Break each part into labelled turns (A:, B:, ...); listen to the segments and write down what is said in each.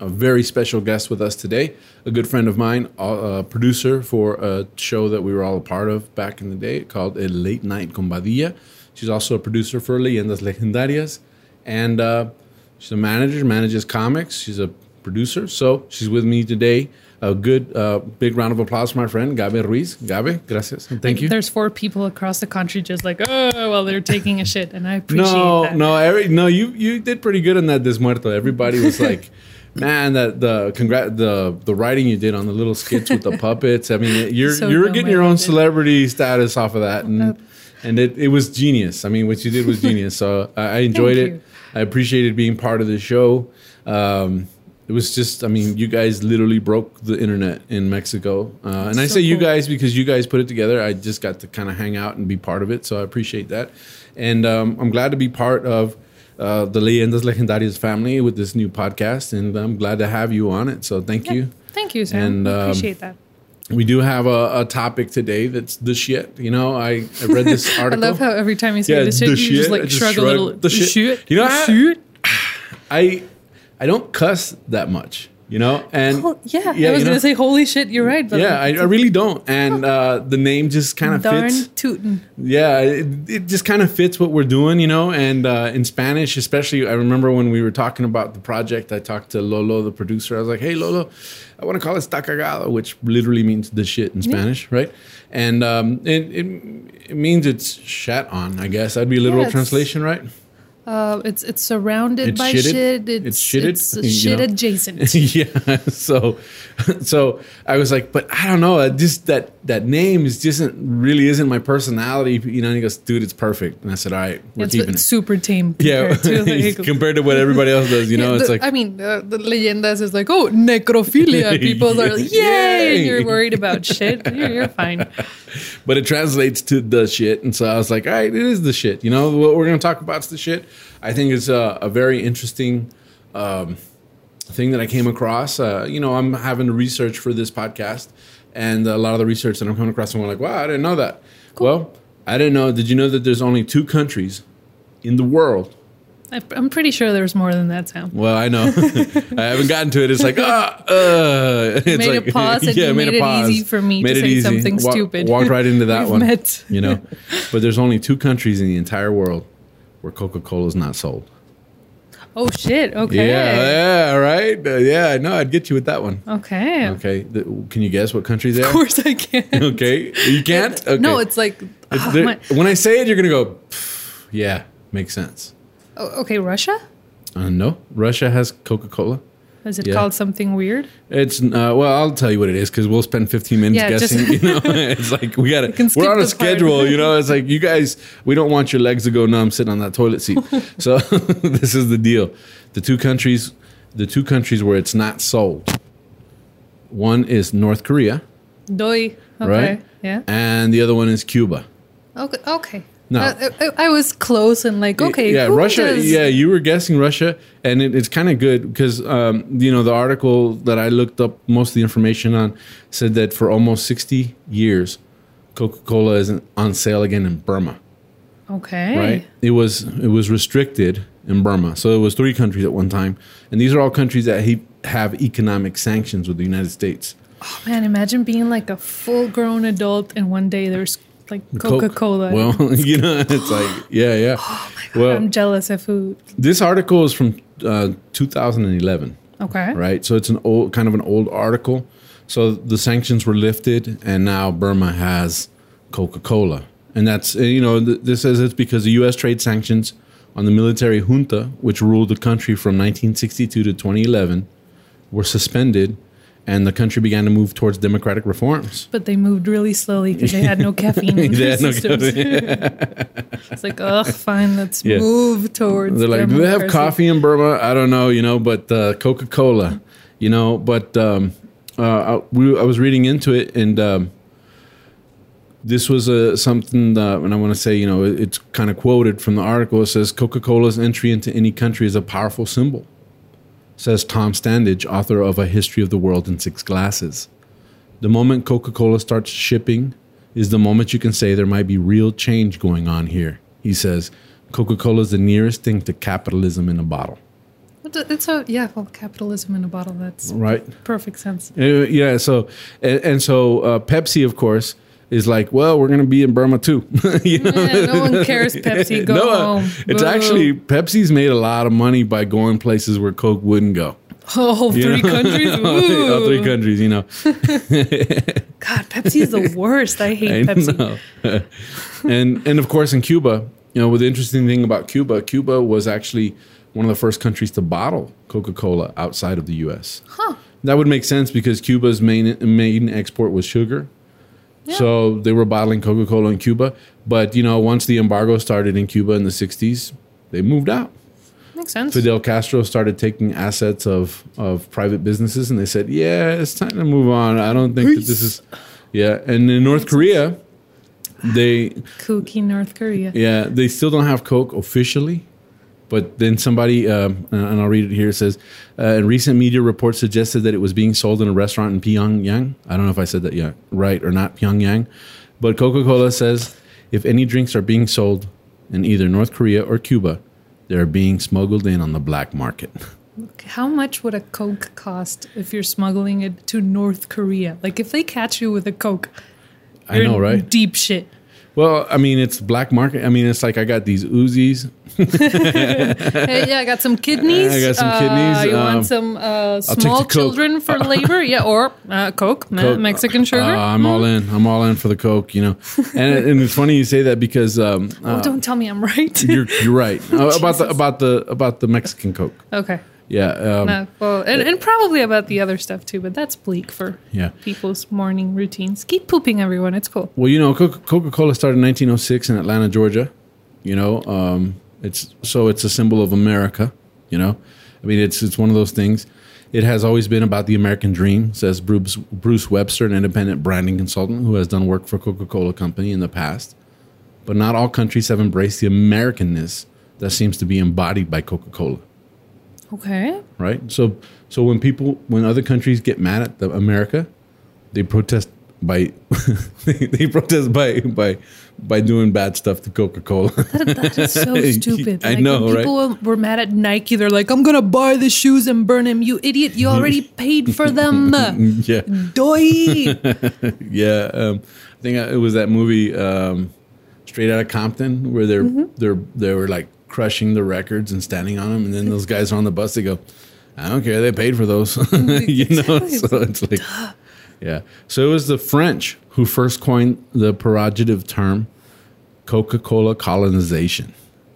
A: a very special guest with us today, a good friend of mine, a a producer for a show that we were all a part of back in the day called El Late Night Combadilla. She's also a producer for Leyendas Legendarias. And uh, she's a manager, manages comics. She's a producer. So she's with me today. A good, uh, big round of applause for my friend, Gabe Ruiz. Gabe, gracias. and Thank you.
B: There's four people across the country just like, oh, well, they're taking a shit, and I appreciate
A: no,
B: that.
A: No, every, no, you you did pretty good in that Desmuerto. Everybody was like, man, that the congrat the the writing you did on the little skits with the puppets. I mean, you're
B: So
A: you were
B: dumb,
A: getting
B: I
A: your own
B: loved it.
A: celebrity status off of that, and and it, it was genius. I mean, what you did was genius. So I, I enjoyed
B: Thank
A: it.
B: you.
A: I appreciated being part of the show. Um, it was just, I mean, you guys literally broke the internet in Mexico, uh, and I
B: So
A: say you
B: cool.
A: guys guys because you guys put it together. I just got to kind of hang out and be part of it, so I appreciate that. And um, I'm glad to be part of uh, the Leyendas Legendarias family with this new podcast, and I'm glad to have you on it. So thank
B: Yeah.
A: you.
B: Thank you, Sam.
A: And,
B: I
A: um,
B: appreciate that.
A: We do have a, a topic today that's the shit. You know, I, I read this
B: I
A: article.
B: love how every time you say this shit, you just
A: I
B: like
A: just
B: shrug, a
A: shrugged.
B: little.
A: The shit. You know, I- I I don't cuss that much. You know, and
B: Oh, yeah,
A: you
B: I was
A: know?
B: going to say, holy shit, you're right. But
A: Yeah, I, I really don't, and uh, the name just kind of
B: darn
A: fits.
B: tootin'.
A: yeah it, it just kind of fits what we're doing you know and uh, in spanish especially i remember when we were talking about the project i talked to lolo the producer i was like hey lolo i want to call it stacagado which literally means the shit in spanish right and um, it, it, it means it's shat on i guess that'd be a literal
B: it's-
A: translation right
B: Uh, it's it's surrounded
A: It's
B: by
A: shitted.
B: shit.
A: It's
B: It's,
A: shitted,
B: It's
A: you
B: shit
A: know?
B: adjacent.
A: yeah so so i was like but i don't know I just that that name is just isn't really isn't my personality you know and he goes dude it's perfect and i said all right we're
B: It's,
A: keeping
B: it's
A: it
B: super tame.
A: Yeah,
B: compared to, like,
A: compared to what everybody else does, you know,
B: Yeah,
A: it's
B: the-
A: like
B: I mean, uh, the leyendas is like, oh, necrophilia. People are like,
A: Yay.
B: yay, you're worried about shit. You're, you're fine.
A: but it translates to the shit. And so I was like, all right, it is the shit. You know, what we're going to talk about is the shit. I think it's a, a very interesting um, thing that I came across. Uh, you know, I'm having to research for this podcast, and a lot of the research that I'm coming across, I'm like, wow, I didn't know that. Well, I didn't know. Did you know that there's only two countries in the world?
B: I, I'm pretty sure there's more than that sound.
A: Well, I know. I haven't gotten to it. It's like, ah, uh. It's
B: Made a
A: like,
B: pause and you made it easy for me to say something
A: Wa-
B: stupid.
A: Walked right into that
B: We've
A: one.
B: met.
A: You know, but there's only two countries in the entire world where Coca Cola is not sold.
B: Oh shit. Okay.
A: Yeah, yeah, right. Uh, yeah, I know. I'd get you with that one.
B: Okay.
A: Okay, Th- can you guess what country they
B: Of
A: are?
B: course I can.
A: Okay, you can't. Okay.
B: No, it's like.
A: It's
B: ah,
A: there-
B: my-
A: when I say it, you're gonna go. "Pff, Yeah, makes sense.
B: oh, okay, Russia.
A: Uh, no, Russia has Coca Cola.
B: Is it
A: Yeah.
B: called something weird?
A: It's uh, well, I'll tell you what it is because we'll spend 15 minutes
B: Yeah, just-
A: guessing. you know, it's like we got
B: can
A: to.
B: skip
A: We're on a
B: the part.
A: schedule. You know, it's like you guys. We don't want your legs to go numb sitting on that toilet seat. so this is the deal. The two countries, the two countries where it's not sold. One is North Korea,
B: Doi. Okay.
A: right?
B: Yeah.
A: And the other one is Cuba.
B: Okay. Okay.
A: No.
B: Uh, I, I was close and like, okay.
A: yeah
B: who
A: russia
B: does-
A: yeah you were guessing russia and it, it's kind of good because um, you know the article that i looked up most of the information on said that for almost 60 years coca-cola isn't on sale again in burma
B: Okay.
A: right it was it was restricted in burma so it was three countries at one time and these are all countries that he, have economic sanctions with the united states
B: Man, imagine being like a full-grown adult and one day there's like
A: Coke-
B: Coca-Cola.
A: well you know it's like yeah yeah oh my God, well
B: I'm jealous of who.
A: this article is from uh, 2011
B: Okay.
A: right? So it's an old, kind of an old article. So the sanctions were lifted, and now Burma has Coca Cola, and that's uh, you know th- this says it's because the U.S. trade sanctions on the military junta, which ruled the country from 1962 to 2011, were suspended, and the country began to move towards democratic reforms.
B: But they moved really slowly because they had no caffeine in
A: They
B: their
A: had no
B: systems. it's like, ugh, fine, let's
A: Yeah.
B: move towards.
A: They're like, do they have
B: democracy."
A: coffee in Burma? I don't know, you know, but uh, Coca Cola. you know. But um, uh, I, we, I was reading into it, and um, this was a something that, and I want to say, you know, it, it's kind of quoted from the article. It says Coca Cola's entry into any country is a powerful symbol, says Tom Standage, author of A History of the World in Six Glasses. The moment Coca Cola starts shipping is the moment you can say there might be real change going on here. He says Coca Cola is the nearest thing to capitalism in a bottle.
B: What the- It's a yeah, well, capitalism in a bottle. That's
A: Right.
B: perfect sense.
A: Uh, yeah. So and, and so uh, Pepsi, of course, is like, well, we're gonna be in Burma too. you know?
B: Eh, no one cares, Pepsi. Go
A: uh,
B: home.
A: It's
B: Boo.
A: actually Pepsi's made a lot of money by going places where Coke wouldn't go.
B: oh, three countries.
A: All three- all three
B: Ooh.
A: countries, you know.
B: God, Pepsi is the worst. I hate
A: I
B: Pepsi.
A: know. and and of course in Cuba, you know, with the interesting thing about Cuba, Cuba was actually one of the first countries to bottle Coca-Cola outside of the U.S.
B: Huh.
A: That would make sense because Cuba's main main export was sugar. So they were bottling Coca-Cola in Cuba, but you know, once the embargo started in Cuba in the 60s, they moved out.
B: Makes sense.
A: Fidel Castro started taking assets of of private businesses, and they said, "Yeah, it's time to move on. I don't think that this is." Yeah, and in North Korea, they
B: Kooky North Korea.
A: yeah they still don't have Coke officially, but then somebody um, and and I'll read it here it says, uh, recent media reports suggested that it was being sold in a restaurant in Pyongyang. I don't know if I said that yeah right or not Pyongyang, but Coca Cola says if any drinks are being sold in either North Korea or Cuba, they are being smuggled in on the black market.
B: How much would a Coke cost if you're smuggling it to North Korea? Like if they catch you with a Coke,
A: I know,
B: in
A: right?
B: Deep shit.
A: Well, I mean, it's black market. I mean, it's like I got these Uzis.
B: Hey, yeah, I got some kidneys.
A: I got some
B: Uh,
A: kidneys,
B: you
A: um,
B: want some uh,
A: take the
B: small
A: Coke.
B: children for labor? Yeah, or uh, Coke, uh,
A: Coke.
B: Mexican sugar.
A: Uh, I'm all in. I'm all in for the Coke, you know. And, and it's funny you say that because um,
B: oh,
A: uh,
B: don't tell me I'm right.
A: you're, you're right Uh, about the
B: Jesus.
A: about the about the Mexican Coke.
B: okay.
A: Yeah, um,
B: Uh, well, and, and probably about the other stuff too, but that's bleak for
A: yeah.
B: people's morning routines. Keep pooping, everyone. It's cool.
A: Well, you know, Coca Cola started in 1906 in Atlanta, Georgia. You know, um, it's so it's a symbol of America. You know, I mean, it's it's one of those things. It has always been about the American dream, says Bruce, Bruce Webster, an independent branding consultant who has done work for Coca Cola Company in the past. But not all countries have embraced the Americanness that seems to be embodied by Coca Cola,
B: Okay.
A: right? So, so when people, when other countries get mad at the America, they protest by they, they protest by by by doing bad stuff to Coca Cola.
B: That is so stupid.
A: I
B: Like, when
A: know, right?
B: People were mad at Nike. They're like, "I'm gonna buy the shoes and burn them, you idiot! You already paid for them."
A: yeah,
B: Doi.
A: yeah. Um, I think it was that movie um, Straight Outta Compton where they're
B: Mm-hmm.
A: they're they were like crushing the records and standing on them, and then those guys are on the bus. They go, I don't care. They paid for those,
B: Oh
A: you know.
B: Exactly.
A: So it's like, yeah. So it was the French who first coined the pejorative term Coca-Cola colonization.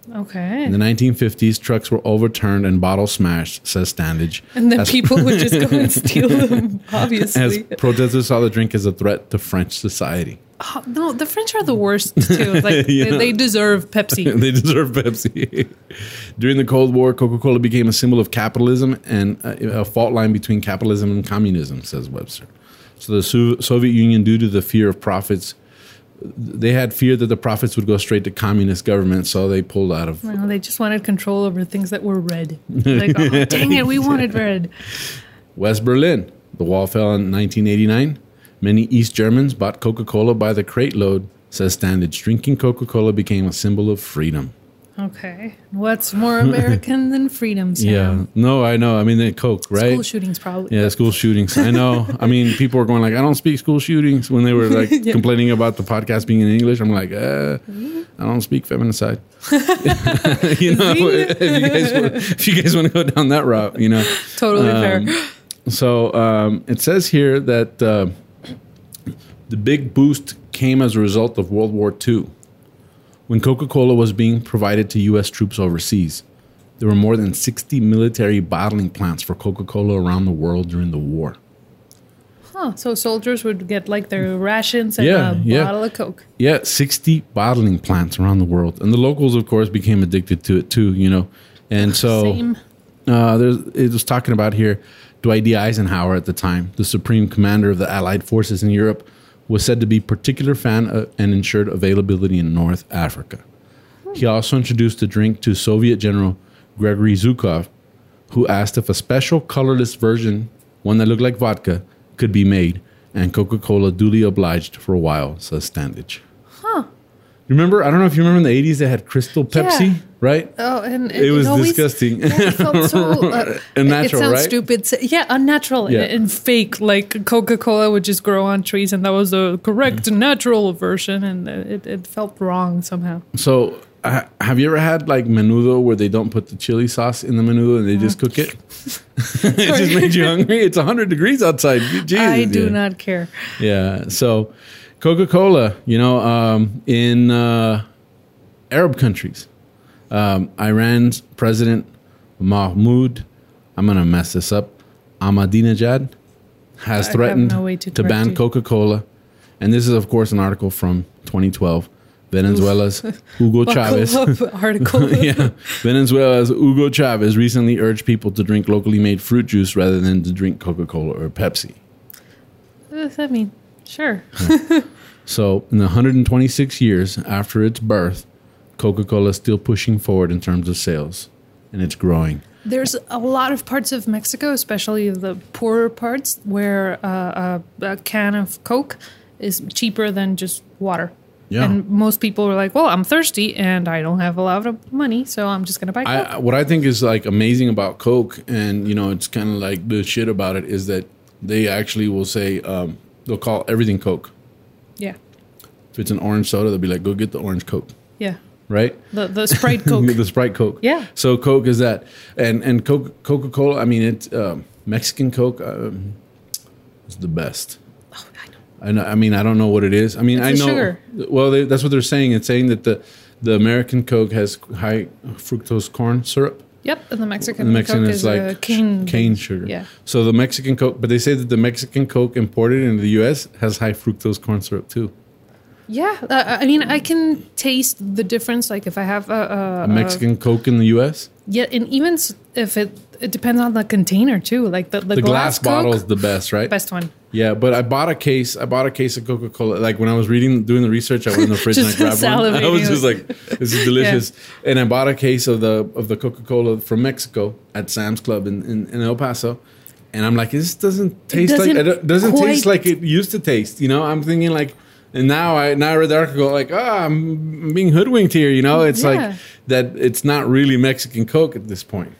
A: In
B: Okay.
A: the 1950s, trucks were overturned and bottles smashed, says Standage.
B: And then
A: as,
B: people would just go and steal them.
A: as
B: Obviously.
A: protesters saw the drink as a threat to French society.
B: Oh, no, the French are the worst too. Like
A: Yeah.
B: they, they deserve Pepsi.
A: they deserve Pepsi. During the Cold War, Coca Cola became a symbol of capitalism and uh, a, a fault line between capitalism and communism, says Webster. So the Sov- Soviet Union, due to the fear of profits, they had fear that the profits would go straight to communist governments, so they pulled out of.
B: Well, they just wanted control over things that were red. Like, oh, dang it, we wanted red.
A: West Berlin. The wall fell in 1989. Many East Germans bought Coca Cola by the crate load, says Standage. Drinking Coca Cola became a symbol of freedom.
B: Okay. What's more American than freedom? Sam?
A: Yeah. No, I know. I mean, the Coke, right?
B: School shootings, probably.
A: Yeah, school shootings. I know. I mean, people were going like, "I don't speak school shootings" when they were like
B: Yeah.
A: complaining about the podcast being in English. I'm like, uh, I don't speak feminicide. you know, if you guys want, if you guys want to go down that route, you know.
B: Totally
A: Um,
B: fair.
A: So um, it says here that uh, the big boost came as a result of World War II, when Coca-Cola was being provided to U.S. troops overseas. There were more than 60 military bottling plants for Coca-Cola around the world during the war.
B: Huh, so soldiers would get like their rations and
A: Yeah,
B: a
A: yeah.
B: bottle of Coke.
A: Yeah, 60 bottling plants around the world. And the locals, of course, became addicted to it too, you know. And so,
B: Same.
A: uh, there's, it was talking about here Dwight D. Eisenhower at the time, the supreme commander of the Allied forces in Europe, was said to be particular fan of, and ensured availability in North Africa. He also introduced the drink to Soviet General Gregory Zhukov, who asked if a special colorless version, one that looked like vodka, could be made, and Coca Cola duly obliged for a while, says Standage.
B: Huh.
A: Remember, I don't know if you remember in the 80s, they had Crystal Pepsi,
B: Yeah.
A: right?
B: Oh, and
A: It was
B: always-
A: disgusting.
B: Yeah, it felt so uh,
A: Unnatural,
B: It sounds
A: right?
B: stupid. So- Yeah, unnatural
A: Yeah.
B: And, and fake. Like Coca Cola would just grow on trees, and that was the correct
A: Mm-hmm.
B: natural version, and it, it felt wrong somehow.
A: So, uh, have you ever had like menudo where they don't put the chili sauce in the menudo and they just cook it? it just made you hungry. It's 100 degrees outside. Jesus,
B: I do
A: yeah.
B: not care.
A: Yeah. So, Coca Cola, you know, um, in uh, Arab countries, um, Iran's president Mahmoud, I'm going to mess this up, Ahmadinejad, has
B: I have
A: threatened
B: no way to correct
A: ban
B: you.
A: Coca Cola. And this is, of course, an article from 2012. Venezuela's Hugo Chavez.
B: Buckle up article.
A: yeah. Venezuela's Hugo Chavez recently urged people to drink locally made fruit juice rather than to drink Coca Cola or Pepsi.
B: Uh, I mean, sure.
A: So, in the 126 years after its birth, Coca Cola is still pushing forward in terms of sales and it's growing.
B: There's a lot of parts of Mexico, especially the poorer parts, where uh, a, a can of Coke is cheaper than just water.
A: Yeah.
B: And most people are like, well, I'm thirsty and I don't have a lot of money, so I'm just going to buy
A: I,
B: Coke.
A: I- what I think is like amazing about Coke, and you know, it's kind of like the shit about it is that they actually will say, um, they'll call everything Coke.
B: yeah.
A: If it's an orange soda, they'll be like, go get the orange Coke,
B: Yeah.
A: right?
B: The, the Sprite Coke.
A: the Sprite Coke.
B: Yeah.
A: So Coke is that, and and Coca Coca Cola. I mean, it's um, Mexican Coke um, is the best. I know. I mean, I don't know what it is. I mean,
B: Oh, It's
A: I
B: the
A: know.
B: sugar.
A: Well, they, that's what they're saying. It's saying that the the American Coke has high fructose corn syrup.
B: yep. And the Mexican,
A: And the Mexican
B: Coke
A: is,
B: uh,
A: like cane
B: cane.
A: cane sugar.
B: Yeah.
A: So the Mexican Coke, but they say that the Mexican Coke imported into the U.S. has high fructose corn syrup too.
B: Yeah. Uh, I mean, I can taste the difference. Like if I have a, a,
A: A Mexican Coke in the U.S.
B: Yeah, and even s- if it it depends on the container too, like the the,
A: The glass,
B: glass,
A: bottle is
B: Coke,
A: the best, right?
B: best one.
A: Yeah, but I bought a case. I bought a case of Coca Cola. Like when I was reading, doing the research, I went in the fridge and I
B: Just
A: grabbed one. I
B: salivating.
A: was just like, "This is delicious." And I bought a case of the of the Coca Cola from Mexico at Sam's Club in, in, in El Paso, and I'm like, "This doesn't taste like
B: doesn't
A: it don't- doesn't taste like
B: quite-
A: it used to taste." You know, I'm thinking like, and now I now I read the article like, "Ah, I'm being hoodwinked here." You know, it's
B: Yeah.
A: like that. It's not really Mexican Coke at this point.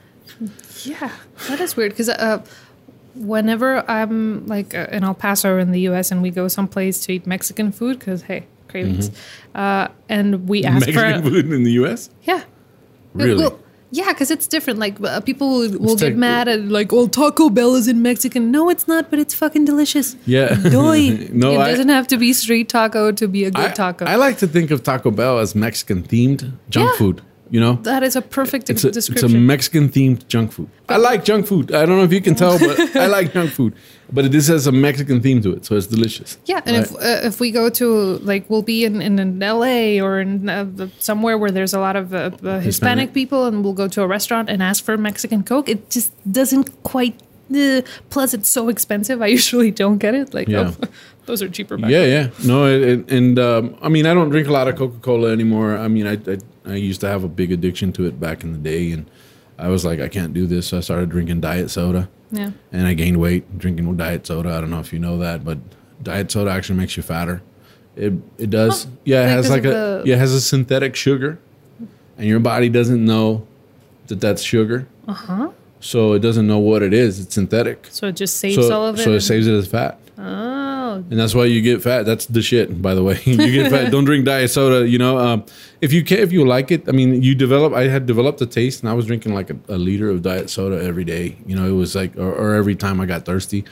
B: Yeah, that is weird because uh, whenever I'm like uh, in El Paso or in the U.S. and we go someplace to eat Mexican food because hey cravings, uh, and we ask
A: Mm-hmm. Mexican
B: for
A: food in the U.S.
B: yeah,
A: Really?
B: Well, yeah, because it's different. Like uh, people will, will
A: It's
B: get
A: tech-
B: mad at like, "Oh, Taco Bell is in Mexican." No, it's not, but it's fucking delicious.
A: Yeah.
B: Doy.
A: No,
B: it
A: I-
B: doesn't have to be street taco to be a good
A: I,
B: taco.
A: I like to think of Taco Bell as Mexican themed junk
B: Yeah.
A: food. You know,
B: that is a perfect
A: it's a, it's a
B: description.
A: Mexican themed junk food. I like junk food. I don't know if you can tell, but I like junk food. But this has a Mexican theme to it, so it's delicious.
B: Yeah, and if
A: Right?
B: uh, if we go to like we'll be in, in, in L.A. or in uh, the- somewhere where there's a lot of uh, uh, Hispanic,
A: Hispanic.
B: people, and we'll go to a restaurant and ask for Mexican Coke, it just doesn't quite. Uh, plus, it's so expensive. I usually don't get it. Like,
A: Yeah.
B: oh, those are cheaper. Back.
A: yeah, yeah, no, it, it, and um, I mean, I don't drink a lot of Coca Cola anymore. I mean, I, I I used to have a big addiction to it back in the day, and I was like, I can't do this, so I started drinking diet soda.
B: yeah.
A: and I gained weight drinking diet soda. I don't know if you know that, but diet soda actually makes you fatter. It it does.
B: Huh.
A: Yeah, it
B: Like
A: has
B: 'cause
A: like a
B: of the-
A: yeah, it has a synthetic sugar, and your body doesn't know that that's sugar. Uh huh.
B: Uh-huh.
A: So it doesn't know what it is. It's synthetic.
B: So it just saves
A: So
B: all of it.
A: so it
B: and-
A: saves it as fat,
B: oh,
A: and that's why you get fat. That's the shit, by the way. you get fat. Don't drink diet soda. You know, um, if you can, if you like it, I mean, you develop. I had developed a taste, and I was drinking like a, a liter of diet soda every day. You know, it was like or, or every time I got thirsty.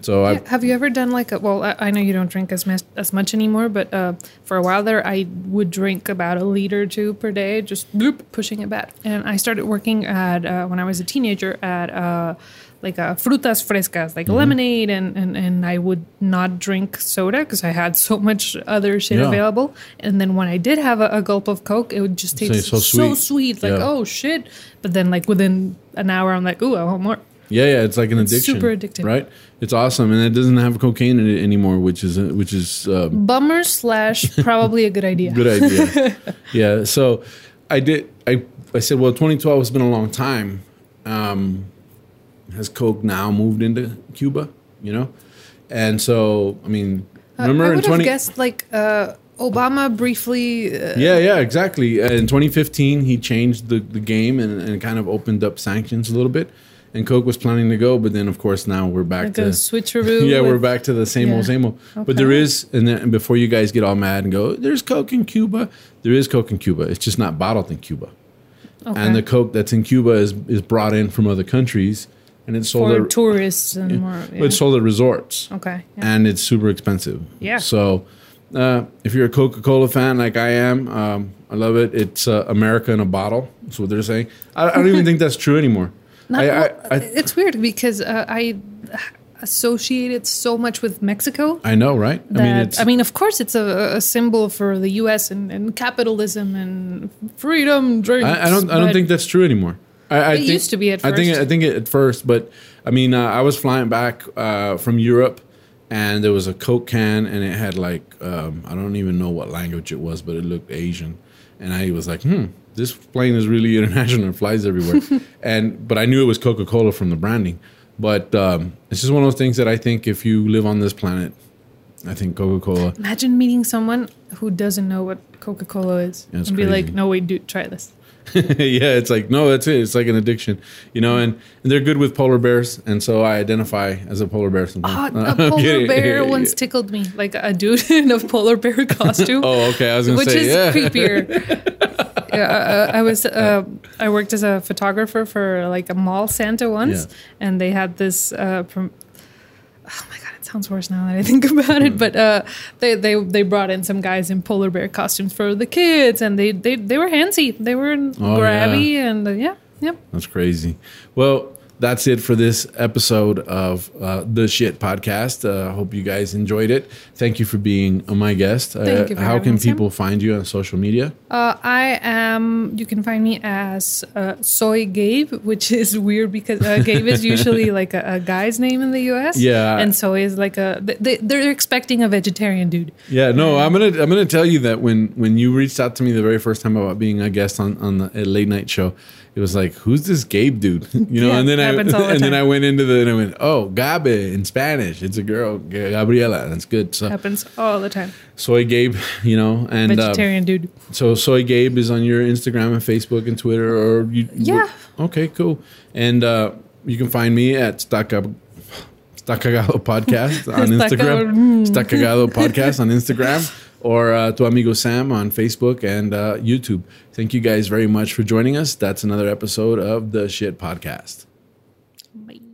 A: So I
B: Have you ever done like a well? I, I know you don't drink as much as much anymore, but uh, for a while there, I would drink about a liter or two per day, just bloop pushing it back. And I started working at uh, when I was a teenager at uh, like a frutas frescas,
A: Mm-hmm.
B: like lemonade, and, and and I would not drink soda because I had so much other shit
A: Yeah.
B: available. And then when I did have a, a gulp of Coke, it would just taste
A: so
B: so
A: sweet.
B: sweet, like
A: Yeah.
B: oh shit. But then like within an hour, I'm like, ooh, I want more.
A: Yeah, yeah, it's like an addiction.
B: super addictive.
A: right? It's awesome, and it doesn't have cocaine in it anymore, which is which is uh,
B: Bummer slash probably a good idea.
A: good idea. yeah, so I did. I I said, well, 2012 has been a long time. Um, has Coke now moved into Cuba? You know, and so I mean,
B: Uh, I-
A: remember
B: I
A: in
B: would
A: 20
B: have guessed like uh, Obama briefly. Uh,
A: Yeah, yeah, exactly. Uh, In 2015, he changed the, the game and, and kind of opened up sanctions a little bit. And Coke was planning to go, but then of course now we're back
B: like
A: to
B: a switcheroo.
A: yeah, we're
B: with-
A: back to the same old,
B: yeah.
A: same old. But
B: Okay.
A: there is, and, then, and before you guys get all mad and go, there's Coke in Cuba. There is Coke in Cuba. It's just not bottled in Cuba.
B: Okay.
A: And the Coke that's in Cuba is, is brought in from other countries, and it's sold
B: for
A: at,
B: tourists and more. Yeah.
A: it's sold at resorts,
B: okay. Yeah.
A: and it's super expensive.
B: Yeah.
A: So, uh, if you're a Coca-Cola fan like I am, um, I love it. It's uh, America in a bottle. That's what they're saying. I, I don't even think that's true anymore.
B: Not-
A: I, I, I,
B: it's weird because uh, I associate it so much with Mexico.
A: I know, right?
B: That, I mean, of course, it's a, a symbol for the U.S. and, and capitalism and freedom. Drinks,
A: I, I don't. I don't
B: but-
A: think that's true anymore. I, I
B: It
A: think,
B: used to be at
A: I think.
B: first.
A: I think it at first, but I mean, uh, I was flying back uh, from Europe, and there was a Coke can, and it had like um, I don't even know what language it was, but it looked Asian, and I was like, hmm, this plane is really international and flies everywhere, and but I knew it was Coca Cola from the branding, but um, it's just one of those things that I think if you live on this planet, I think Coca Cola.
B: Imagine meeting someone who doesn't know what Coca-Cola is
A: That's
B: and be like,
A: crazy.
B: "No, wait, dude, try this."
A: yeah, it's like no, that's it. It's like an addiction, you know. And, and they're good with polar bears, and so I identify as a polar bear
B: Oh,
A: sometimes.
B: a
A: I'm
B: polar
A: kidding.
B: bear once tickled me, like a dude in a polar bear costume,
A: Oh, okay. I was gonna
B: which
A: say
B: is
A: yeah.
B: creepier. yeah, uh, I was. Uh, I worked as a photographer for like a mall Santa once,
A: Yeah.
B: and they had this. Uh, prom- oh my god, it sounds worse now that I think about
A: Mm.
B: it. But uh, they they they brought in some guys in polar bear costumes for the kids, and they they they were handsy. They
A: Oh,
B: were grabby, and uh, yeah, yeah.
A: That's crazy. Well, that's it for this episode of uh, the Shit Podcast. I uh, hope you guys enjoyed it. Thank you for being uh, my guest.
B: Thank you for
A: how
B: having
A: can
B: us, Sam.
A: people find you on social media?
B: Uh, I am. You can find me as uh, Soy Gabe, which is weird because uh, Gabe is usually like a, a guy's name in the U.S.
A: Yeah.
B: and Soy is like a. They, they- they're expecting a vegetarian dude.
A: Yeah, no, I'm gonna I'm gonna tell you that when when you reached out to me the very first time about being a guest on on the a late night show, it was like, who's this Gabe dude? You know,
B: Yeah,
A: and then I
B: happens all the
A: and then
B: time.
A: I went into the and I went, oh, Gabe in Spanish, it's a girl, G- Gabriela, and it's good. So
B: Happens all the time.
A: soy Gabe, you know, Uh, and uh,
B: Vegetarian dude.
A: so soy Gabe is on your Instagram and Facebook and Twitter or you.
B: Yeah.
A: Okay, cool, and uh, you can find me at Stacab. Stacagado podcast on Instagram.
B: Stacagado.
A: Stacagado podcast on Instagram or uh, to amigo Sam on Facebook and uh, YouTube. Thank you guys very much for joining us. That's another episode of the Shit Podcast.
B: Bye.